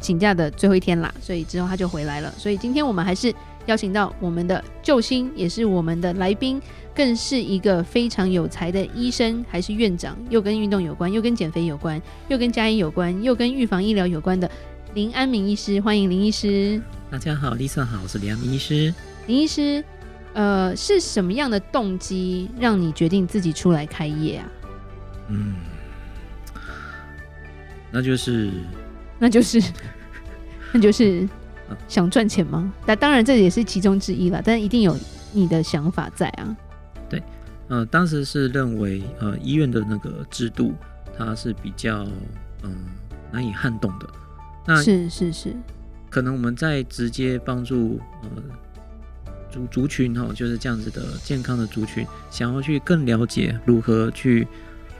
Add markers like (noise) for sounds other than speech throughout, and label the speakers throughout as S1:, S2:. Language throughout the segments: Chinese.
S1: 请假的最后一天啦，所以之后他就回来了。所以今天我们还是邀请到我们的救星，也是我们的来宾，更是一个非常有才的医生，还是院长，又跟运动有关，又跟减肥有关，又跟家医有关，又跟预防医疗有关的林安明医师。欢迎林医师。
S2: 大家好，Lisa 好，我是梁医师。
S1: 林医师，呃，是什么样的动机让你决定自己出来开业啊？
S2: 嗯，那就是
S1: 那就是 (laughs) 那就是想赚钱吗？那当然这也是其中之一啦，但一定有你的想法在啊。
S2: 呃，当时是认为呃医院的那个制度它是比较嗯、难以撼动的。那
S1: 是是是，
S2: 可能我们在直接帮助呃族族群哈、就是这样子的健康的族群，想要去更了解如何去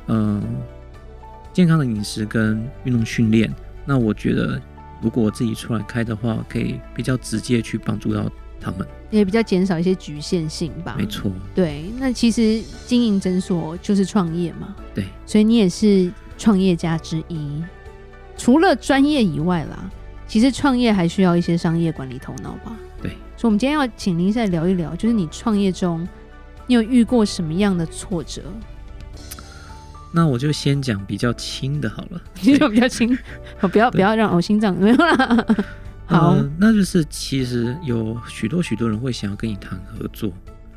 S2: 嗯、呃健康的饮食跟运动训练。那我觉得如果我自己出来开的话，可以比较直接去帮助到他们。
S1: 也比较减少一些局限性吧。
S2: 没。错，
S1: 对，那其实经营诊所就是创业嘛，
S2: 对，
S1: 所以你也是创业家之一。除了专业以外啦，其实创业还需要一些商业管理头脑吧。
S2: 对，
S1: 所以我们今天要请林医师来聊一聊，就是你创业中，你有遇过什么样的挫折？
S2: 那我就先讲比较轻的好了。
S1: 你有比较
S2: (laughs)
S1: 轻，哦不要不要让我心脏没有啦。 (laughs) 好，
S2: 呃，那就是其实有许多许多人会想要跟你谈合作，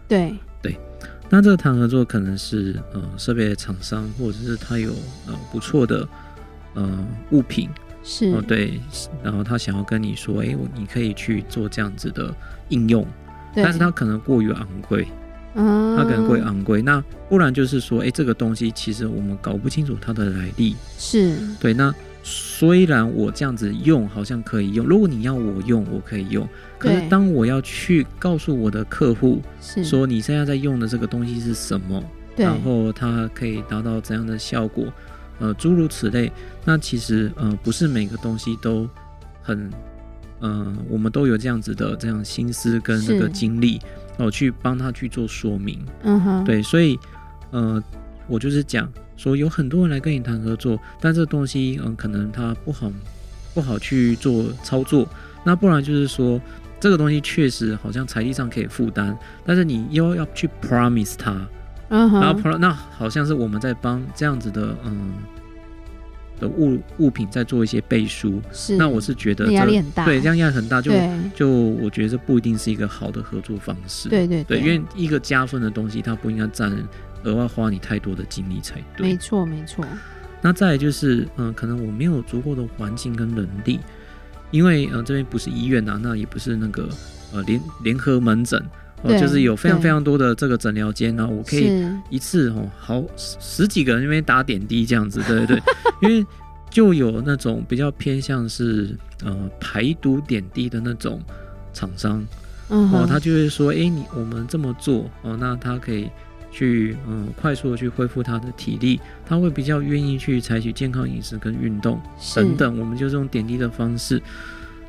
S1: 对，
S2: 那这个谈合作可能是呃设备的厂商，或者是他有呃不错的呃物品
S1: 是，
S2: 哦、对，然后他想要跟你说，哎，我你可以去做这样子的应用，
S1: 对，
S2: 但是他可能过于昂贵，
S1: 嗯
S2: 他可能过于啊昂贵，那不然就是说，哎，这个东西其实我们搞不清楚它的来历，
S1: 是，
S2: 对，那虽然我这样子用好像可以用，如果你要我用，我可以用。可是
S1: 对嗯
S2: 当我要去告诉我的客户
S1: 是，
S2: 说你现在在用的这个东西是什么，
S1: 对，
S2: 然后它可以达到怎样的效果，呃，诸如此类，那其实呃不是每个东西都很，呃，我们都有这样子的这样心思跟那个
S1: 是
S2: 精力，哦、去帮他去做说明。
S1: 嗯哼，，
S2: 对，所以呃，我就是讲说有很多人来跟你谈合作，但这个东西嗯、呃可能它不好不好去做操作，那不然就是说这个东西确实好像财力上可以负担，但是你又要去 promise 它，
S1: 嗯
S2: 然后
S1: 哼，
S2: pro 那好像是我们在帮这样子的嗯。的物物品在做一些背书，
S1: 是，
S2: 那我是觉得
S1: 那压
S2: 这
S1: 力很大，
S2: 对这样压力很大，就
S1: 对
S2: 就我觉得这不一定是一个好的合作方式。
S1: 对对
S2: 对，因为一个加分的东西，它不应该占额外花你太多的精力才
S1: 没
S2: 对。
S1: 错没错，
S2: 那再来就是，嗯、可能我没有足够的环境跟能力，因为呃这边不是医院啊，那也不是那个呃联联合门诊，哦、
S1: 对
S2: 就是有非常
S1: 对
S2: 非常多的这个诊疗间，然后我可以
S1: 是
S2: 一次哦好十十几个人那边打点滴这样子，对
S1: (laughs)
S2: 对对，因为就有那种比较偏向是呃排毒点滴的那种厂商，
S1: 嗯
S2: 哦
S1: 哼，，
S2: 他就会说，诶，你我们这么做哦，那他可以去嗯快速的去恢复他的体力，他会比较愿意去采取健康饮食跟运动
S1: 是
S2: 等等，我们就是用点滴的方式。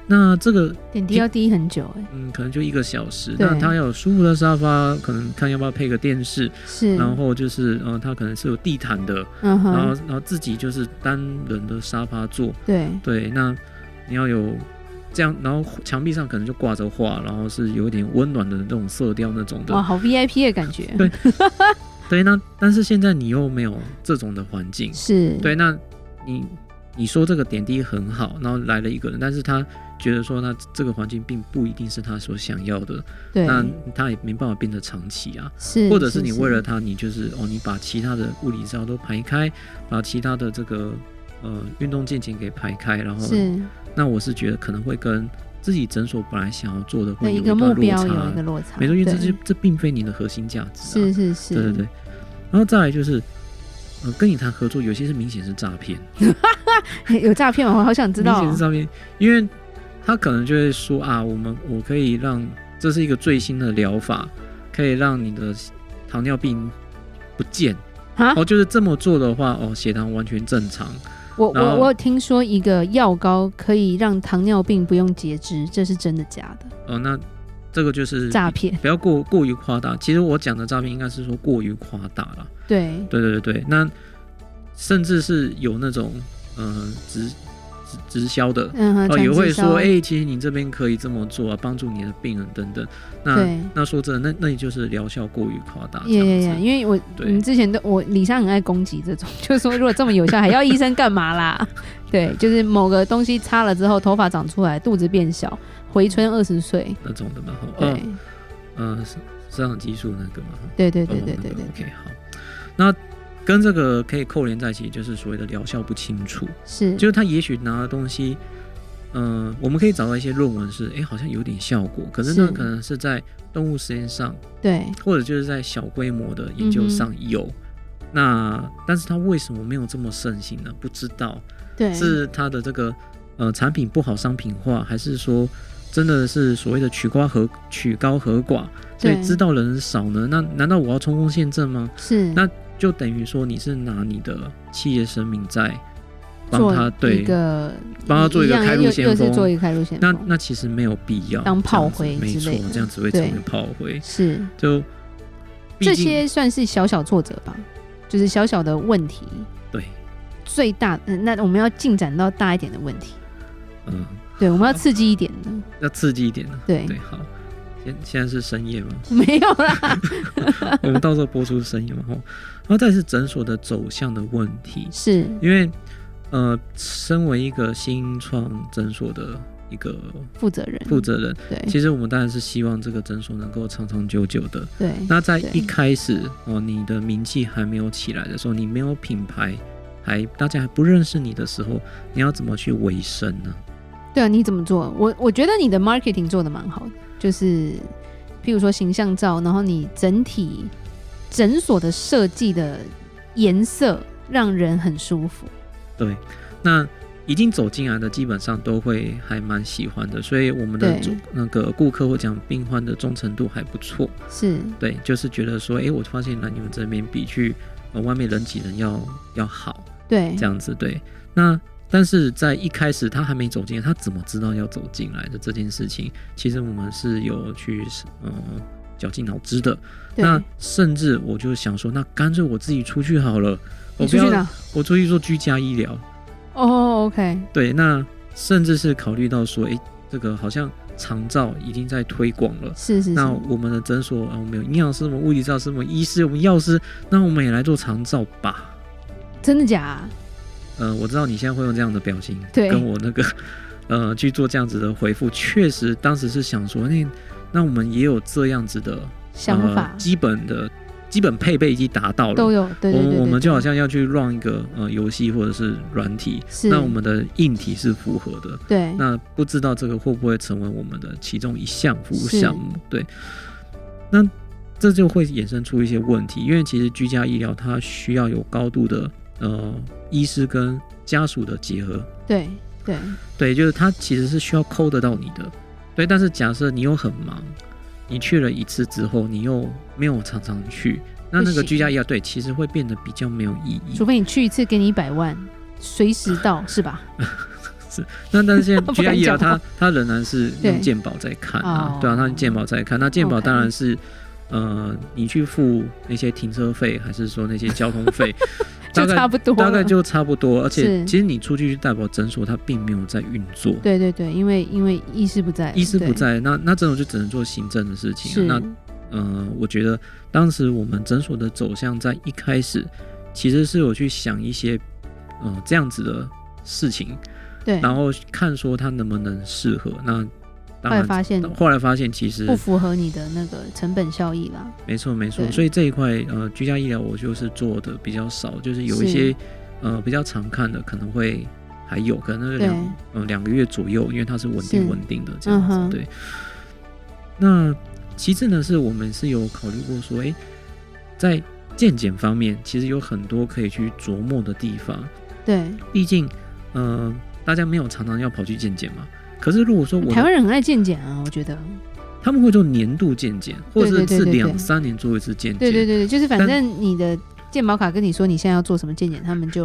S2: 那这个
S1: 点滴要滴很久哎、
S2: 嗯，可能就一个小时。
S1: 对
S2: 那他要有舒服的沙发，可能看要不要配个电视，
S1: 是，
S2: 然后就是嗯，他可能是有地毯的，
S1: 嗯
S2: 然后
S1: 哼，
S2: 然后自己就是单人的沙发坐。
S1: 对，
S2: 对，那你要有这样，然后墙壁上可能就挂着画，然后是有一点温暖的那种色调那种
S1: 哇，
S2: 的。
S1: 好 VIP 的感觉，
S2: (laughs) 对对，那但是现在你又没有这种的环境，
S1: 是，
S2: 对，那你你说这个点滴很好，然后来了一个人，但是他觉得说那这个环境并不一定是他所想要的，
S1: 对，
S2: 那他也没办法变得长期啊。
S1: 嗯是，
S2: 或者是你为了他，你就是哦，你把其他的物理照都排开，把其他的这个呃运动健情给排开，然后
S1: 是
S2: 那我是觉得可能会跟自己诊所本来想要做的会
S1: 对
S2: 有
S1: 一
S2: 一
S1: 个
S2: 段
S1: 目
S2: 落
S1: 标有
S2: 差
S1: 一，个落差，
S2: 没错，因为这
S1: 对
S2: 就这并非你的核心价值、啊，
S1: 是是是，
S2: 对对对。
S1: (laughs)
S2: 然后再来就是，呃，跟你谈合作，有些是明显是诈骗，
S1: 对，有诈骗吗？我好想知道
S2: 明显
S1: 哦，
S2: 是诈骗，因为他可能就会说啊，我们我可以让这是一个最新的疗法，可以让你的糖尿病不见。
S1: 啊
S2: (laughs) 哦，就是这么做的话，哦，血糖完全正常。
S1: 我
S2: 然
S1: 我
S2: 后
S1: 我有听说一个药膏可以让糖尿病不用截肢，这是真的假的？
S2: 哦，那这个就是
S1: 诈骗？
S2: 不要过过于夸大。其实我讲的诈骗应该是说过于夸大了。
S1: 对，
S2: 对对对对，那甚至是有那种呃直直直销的，
S1: 嗯哼，
S2: 哦，
S1: 传
S2: 也会
S1: 直销
S2: 说，哎、其实你这边可以这么做啊，帮助你的病人等等。那
S1: 对。
S2: 那说真的，那那也就是疗效过于夸大这
S1: 耶耶耶！
S2: 样子。
S1: 因为我
S2: 对
S1: 嗯你之前都我李莎很爱攻击这种， (laughs) 就是说如果这么有效，还要医生干嘛啦？ (laughs) 对，就是某个东西擦了之后，头发长出来，肚子变小，回春二十岁。
S2: 那种的嘛，哈，
S1: 对、
S2: 哦，呃，生生长激素那个嘛，哈
S1: 对对对
S2: 哦
S1: 对
S2: 那
S1: 对
S2: 个
S1: 对，
S2: ，OK，好。那跟这个可以扣连在一起，就是所谓的疗效不清楚，
S1: 是
S2: 就是他也许拿的东西，嗯、我们可以找到一些论文是，哎、好像有点效果，可是呢，
S1: 是
S2: 可能是在动物实验上，
S1: 对
S2: 或者就是在小规模的研究上
S1: 嗯
S2: 有。那但是它为什么没有这么盛行呢？不知道，
S1: 对
S2: 是它的这个呃产品不好商品化，还是说真的是所谓的曲高和曲高和寡，所以
S1: 对
S2: 知道的人少呢？那难道我要冲锋陷阵吗？
S1: 是
S2: 那就等于说你是拿你的企业生命在帮
S1: 做
S2: 他
S1: 一
S2: 对，
S1: 个
S2: 帮他做一个
S1: 样
S2: 开路
S1: 又
S2: 先
S1: 又是
S2: 锋
S1: 做一个开路先
S2: 那
S1: 锋，
S2: 那其实没有必要
S1: 当炮
S2: 这样子
S1: 灰之
S2: 没
S1: 类的
S2: 错，这样子会成为
S1: 对
S2: 炮灰。
S1: 是
S2: 就毕
S1: 这
S2: 竟
S1: 些算是小小挫折吧，就是小小的问题。
S2: 对，
S1: 最大，嗯那我们要进展到大一点的问题，
S2: 嗯，
S1: 对，我们要刺激一点的，
S2: 要刺激一点呢。
S1: 对，
S2: 对，好，现现在是深夜嘛， (laughs)
S1: 没有啦， (laughs)
S2: 我们到时候播出深夜嘛，吼，然后再是诊所的走向的问题，
S1: 是
S2: 因为呃，身为一个新创诊所的一个
S1: 负责人，
S2: 负责人，
S1: 嗯对
S2: 其实我们当然是希望这个诊所能够长长久久的。
S1: 对
S2: 那在
S1: 对
S2: 一开始哦，你的名气还没有起来的时候，你没有品牌，还大家还不认识你的时候，你要怎么去维生呢？
S1: 对啊，你怎么做？我我觉得你的 marketing 做的蛮好的，就是譬如说形象照，然后你整体诊所的设计的颜色让人很舒服，
S2: 对，那已经走进来的基本上都会还蛮喜欢的，所以我们的
S1: 对
S2: 主那个顾客或讲病患的忠诚度还不错。
S1: 是
S2: 对，就是觉得说，诶，我发现来你们这边比去呃外面人挤人要要好
S1: 对
S2: 这样子。对，那但是在一开始他还没走进来，他怎么知道要走进来的这件事情？其实我们是有去呃绞尽脑汁的。
S1: 对
S2: 那甚至我就想说，那干脆我自己出去好了，我
S1: 你
S2: 不
S1: 出去
S2: 要
S1: 哪？
S2: 我出去做居家医疗。
S1: 哦，OK，
S2: 对，那甚至是考虑到说，诶，这个好像长照已经在推广了。
S1: 是是是，
S2: 那我们的诊所啊，我们有营养师、我们物理治疗师、我们医师、我们药师，那我们也来做长照吧。
S1: 真的假啊、
S2: 呃，我知道你现在会用这样的表情，
S1: 对
S2: 跟我那个 (laughs) 呃去做这样子的回复，确实当时是想说，那那我们也有这样子的
S1: 想法
S2: 呃、基本的基本配备已经达到了，
S1: 都有，对对对
S2: 呃我
S1: 对
S2: 们我们就好
S1: 对
S2: 像要去 run 一个呃游戏或者是软体，
S1: 是
S2: 那我们的硬体是符合的，
S1: 对
S2: 那不知道这个会不会成为我们的其中一项服务
S1: 是
S2: 项目？对，那这就会衍生出一些问题，因为其实居家医疗它需要有高度的呃医师跟家属的结合，
S1: 对对
S2: 对，就是它其实是需要抠得到你的，对。但是假设你又很忙，你去了一次之后，你又没有常常去，那那
S1: 不
S2: 个
S1: 行
S2: 居家医疗对其实会变得比较没有意义
S1: 除。非你去一次给你一百万，随时到是吧？
S2: 那但是现在
S1: (laughs)
S2: E
S1: 不
S2: 居家
S1: 敢
S2: 医疗，
S1: 讲
S2: 它它啊仍然是
S1: 对
S2: 用健保在看啊
S1: 哦，
S2: 对啊，它健保在看。那健保
S1: OK，
S2: 当然是呃，你去付那些停车费，还是说那些交通费
S1: (laughs)
S2: 大
S1: 就差
S2: 概
S1: 不多了，
S2: 大概就差不多。而且
S1: 是
S2: 其实你出去代表诊所，它并没有在运作，
S1: 对对对，因为因为医师不在了，
S2: 医师
S1: 对
S2: 不，在，那那诊所就只能做行政的事情
S1: 是
S2: 啊。那呃，我觉得当时我们诊所的走向在一开始其实是有去想一些呃这样子的事情，
S1: 对，
S2: 然后看说它能不能适合。那
S1: 后
S2: 当
S1: 来
S2: 然，
S1: 发现
S2: 后来发现其实
S1: 嗯不符合你的那个成本效益啦，
S2: 没错没错
S1: 对，
S2: 所以这一块呃居家医疗我就是做的比较少，就是有一
S1: 是
S2: 些呃比较常看的可能会还有，可能是
S1: 对
S2: 两呃两个月左右，因为它是稳定
S1: 是
S2: 稳定的这样子。
S1: 嗯哼
S2: 对。那其次呢，是我们是有考虑过说，诶，在健检方面其实有很多可以去琢磨的地方，
S1: 对
S2: 毕竟呃大家没有常常要跑去健检嘛。可是如果说我
S1: 台湾人很爱健检啊，我觉得。
S2: 他们会做年度健检，或
S1: 对
S2: 者
S1: 对
S2: 是
S1: 对
S2: 是
S1: 对对
S2: 两三年做一次健检。
S1: 对对对对，就是反
S2: 但
S1: 正你的健保卡跟你说你现在要做什么健检，他们就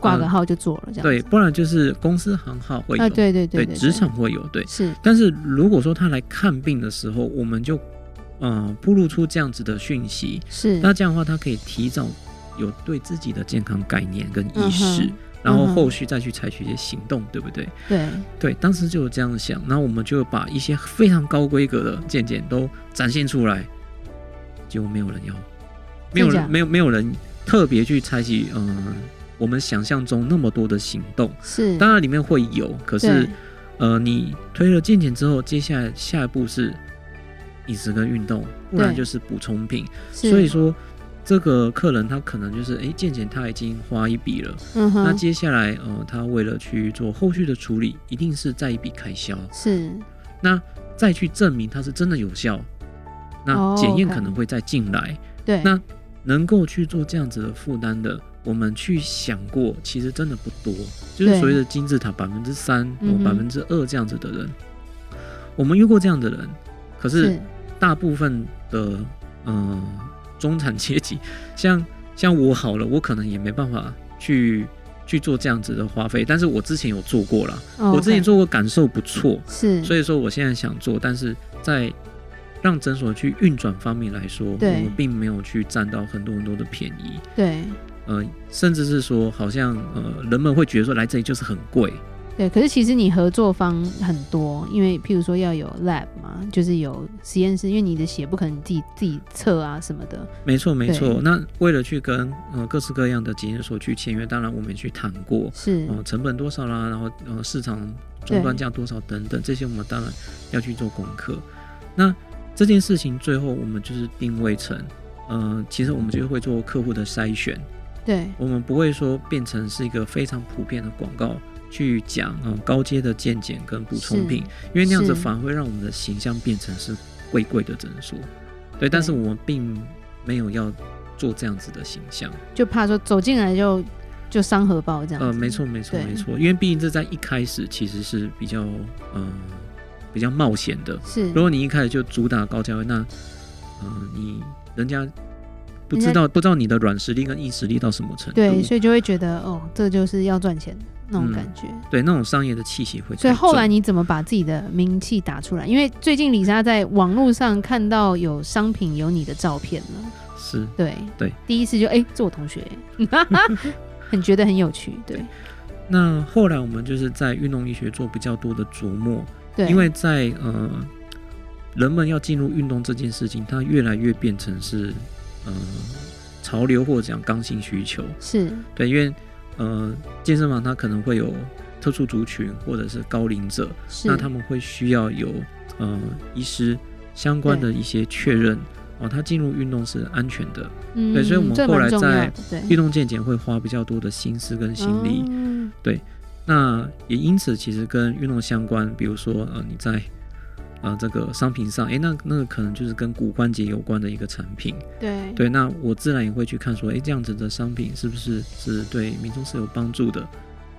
S1: 挂个
S2: 嗯
S1: 号就做了，这样
S2: 对
S1: 子。
S2: 不然就是公司行号会有，
S1: 啊，对对对
S2: 对职场会有对。
S1: 是
S2: 但是如果说他来看病的时候，我们就嗯、呃、铺露出这样子的讯息，
S1: 是，嗯
S2: 那这样的话，他可以提早有对自己的健康概念跟意识，
S1: 嗯哼
S2: 然后
S1: 嗯哼
S2: 后续再去采取一些行动，对不对？
S1: 对
S2: 对，当时就有这样想，那我们就把一些非常高规格的健检都展现出来，结果没有人要，没有
S1: 真假
S2: 人，没有没有人特别去采取，嗯、我们想象中那么多的行动，
S1: 是，
S2: 当然里面会有，可是
S1: 对
S2: 呃，你推了健检之后，接下来下一步是饮食跟运动，不然
S1: 对
S2: 就是补充品，
S1: 是
S2: 所以说。这个客人他可能就是哎，健检他已经花一笔了，
S1: 嗯
S2: 那
S1: 哼
S2: 接下来呃，他为了去做后续的处理，一定是再一笔开销。
S1: 是
S2: 那再去证明它是真的有效，
S1: 哦
S2: 那检验
S1: OK
S2: 可能会再进来。
S1: 对
S2: 那能够去做这样子的负担的，我们去想过，其实真的不多，就是
S1: 对
S2: 所谓的金字塔百分之三
S1: 嗯
S2: 或百
S1: 哼
S2: 分之二这样子的人，我们遇过这样的人，可是
S1: 是
S2: 大部分的嗯中产阶级， (laughs) 像像我好了，我可能也没办法去去做这样子的花费，但是我之前有做过啦，
S1: 哦
S2: 我之
S1: OK，
S2: 前做过，感受不错，
S1: 是，
S2: 所以说我现在想做，但是在让诊所去运转方面来说，我
S1: 对
S2: 们并没有去占到很多很多的便宜，
S1: 对
S2: 呃，甚至是说好像呃人们会觉得说来这里就是很贵，
S1: 对，可是其实你合作方很多，因为譬如说要有 lab 嘛，就是有实验室，因为你的血不可能自己自己测啊什么的，
S2: 没错没
S1: 对
S2: 错。那为了去跟呃各式各样的检验所去签约，当然我们也去谈过，
S1: 是
S2: 呃成本多少啦，然后呃市场终端价多少等等，这些我们当然要去做功课。那这件事情最后我们就是定位成，呃，其实我们就会做客户的筛选。
S1: 对
S2: 我们不会说变成是一个非常普遍的广告去讲嗯高阶的健检跟补充品，因为那样
S1: 是
S2: 子反而会让我们的形象变成是贵贵的诊所。对，但是我们并没有要做这样子的形象。
S1: 就怕说走进来就就伤荷包这样子，
S2: 呃，没错，没错，
S1: 对
S2: 没错，因为毕竟这在一开始其实是比较嗯、呃比较冒险的。
S1: 是，
S2: 如果你一开始就主打高价位，那嗯、呃你人家不
S1: 人家
S2: 知道不知道你的软实力跟硬实力到什么程度，
S1: 对，所以就会觉得哦，这就是要赚钱那种
S2: 嗯
S1: 感觉。
S2: 对那种商业的气息会太重。
S1: 所以后来你怎么把自己的名气打出来？因为最近李莎在网络上看到有商品有你的照片了，
S2: 是
S1: 对
S2: 对，
S1: 第一次就哎、这我同学，欸 (laughs) 很觉得很有趣，对
S2: 那后来我们就是在运动医学做比较多的琢磨，
S1: 对，
S2: 因为在呃，人们要进入运动这件事情，它越来越变成是呃潮流或者讲刚性需求。
S1: 是
S2: 对，因为呃健身房它可能会有特殊族群或者是高龄者，
S1: 是
S2: 那他们会需要有呃医师相关的一些确认哦，他进入运动是安全的。
S1: 嗯
S2: 对所以我们
S1: 这
S2: 后
S1: 蛮
S2: 来
S1: 重要
S2: 在
S1: 的对
S2: 运动健检会花比较多的心思跟心力。
S1: 哦
S2: 那也因此，其实跟运动相关，比如说呃，你在呃这个商品上，诶，那那个可能就是跟骨关节有关的一个产品，
S1: 对
S2: 对，那我自然也会去看说，诶，这样子的商品是不是是对民众是有帮助的？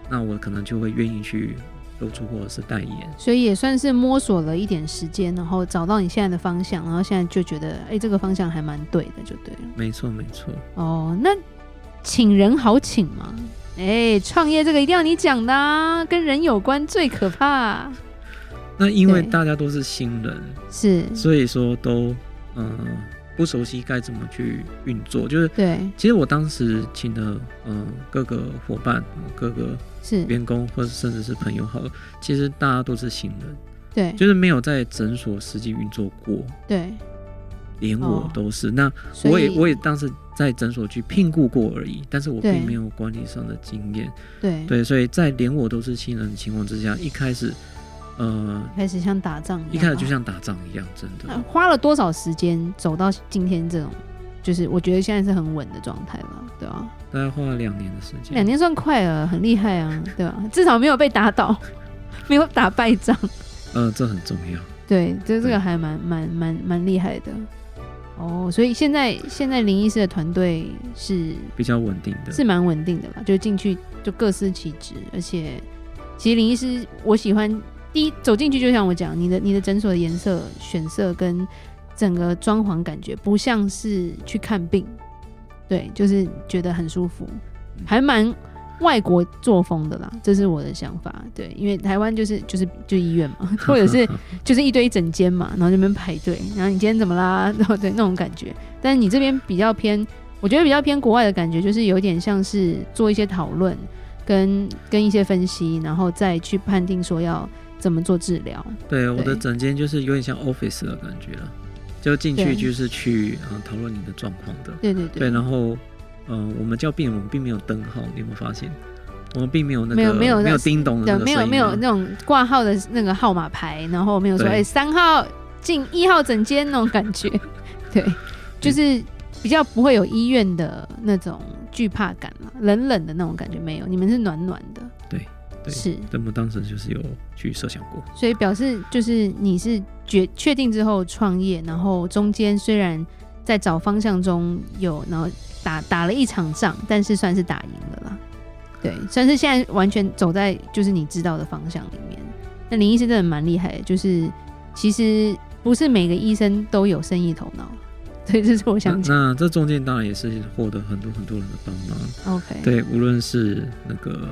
S2: 那我可能就会愿意去露出或者是代言，
S1: 所以也算是摸索了一点时间，然后找到你现在的方向，然后现在就觉得哎、这个方向还蛮对的，就对了。
S2: 没错没错，
S1: 哦，那请人好请吗？哎，创业这个一定要你讲的、啊，跟人有关最可怕。
S2: 那因为
S1: 对
S2: 大家都是新人，
S1: 是，
S2: 所以说都嗯、呃不熟悉该怎么去运作，就是。
S1: 对，
S2: 其实我当时请的，嗯、各个伙伴、各个
S1: 是，
S2: 员工或者甚至是朋友好了，其实大家都是新人，
S1: 对，
S2: 就是没有在诊所实际运作过，
S1: 对，
S2: 连我
S1: 哦
S2: 都是。那
S1: 所
S2: 我也
S1: 以
S2: 我也当时在诊所去聘雇过而已，但是我
S1: 对
S2: 并没有管理上的经验，
S1: 对
S2: 对，所以在连我都是新人的情况之下，一开始，呃，
S1: 开始像打仗一样，啊
S2: 一开始就、像打仗一样，真
S1: 那
S2: 的。
S1: 花了多少时间走到今天这种，就是我觉得现在是很稳的状态了，对吧、
S2: 大概花了两年的时间，
S1: 两年算快了，很厉害啊，对吧、至少没有被打倒， (laughs) 没有打败仗。
S2: 呃，这很重要。
S1: 对，这这个
S2: 对
S1: 还蛮蛮蛮蛮厉害的。哦，所以现在现在林医师的团队是
S2: 比较稳定的，
S1: 是蛮稳定的啦，就进去就各司其职，而且其实林医师我喜欢第一走进去，就像我讲，你的你的诊所的颜色选色跟整个装潢感觉，不像是去看病，对，就是觉得很舒服，还蛮外国作风的啦，这是我的想法。对，因为台湾就是就是就医院嘛，或者是就是一堆一整间嘛，然后那边排队，然后你今天怎么啦？ (laughs) 然后对那种感觉，但是你这边比较偏，我觉得比较偏国外的感觉，就是有点像是做一些讨论。跟跟一些分析，然后再去判定说要怎么做治疗。
S2: (laughs) 对，我的整间就是有点像 office 的感觉了，就进去就是去啊讨论你的状况的。
S1: 对对
S2: 对，然后嗯、呃，我们叫病人，我们并没有灯号，你有没有发现？我们并没有那个
S1: 没有没有
S2: 没有叮咚的啊
S1: 没有没有那种挂号的那个号码牌，然后没有说哎三、欸、号进一号整间那种感觉， (laughs) 对，就是比较不会有医院的那种。惧怕感嘛，冷冷的那种感觉没有，你们是暖暖的。
S2: 对，对
S1: 是。
S2: 那么当时就是有去设想过，
S1: 所以表示就是你是决确定之后创业，然后中间虽然在找方向中有，然后打打了一场仗，但是算是打赢了啦。对，算是现在完全走在就是你知道的方向里面。那林医师真的蛮厉害的，就是其实不是每个医生都有生意头脑。对，这是我想
S2: 讲。那这中间当然也是获得很多很多人的帮忙。
S1: OK。
S2: 嗯对，无论是那个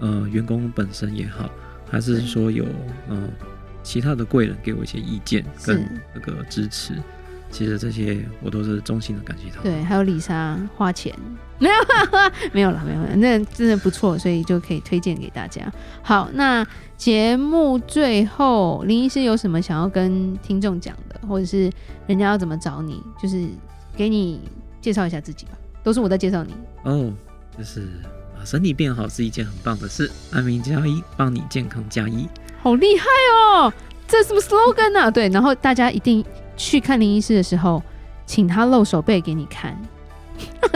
S2: 呃员工本身也好，还是说有呃其他的贵人给我一些意见跟那个支持，其实这些我都是衷心的感谢他。
S1: 对，还有李莎花 (laughs) 钱，没有没有了，没有了，那真的不错，所以就可以推荐给大家。好，那节目最后林医师有什么想要跟听众讲的，或者是？人家要怎么找你？就是给你介绍一下自己吧，都是我在介绍你
S2: 哦。就是把身体变好是一件很棒的事，安眠加一，帮你健康加一，
S1: 好厉害哦！这什么 slogan 啊？对，然后大家一定去看林医师的时候，请他露手背给你看， (laughs)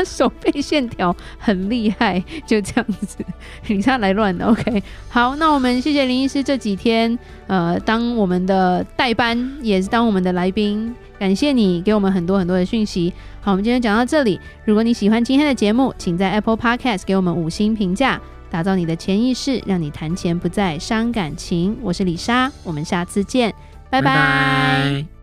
S1: 手背线条很厉害，就这样子， (laughs) 你下来乱的。OK，好，那我们谢谢林医师这几天，呃，当我们的代班，也是当我们的来宾。感谢你给我们很多很多的讯息。好，我们今天讲到这里。如果你喜欢今天的节目，请在 Apple Podcast 给我们五星评价，打造你的潜意识，让你谈钱不再伤感情。我是李莎，我们下次见，拜拜。
S2: 拜拜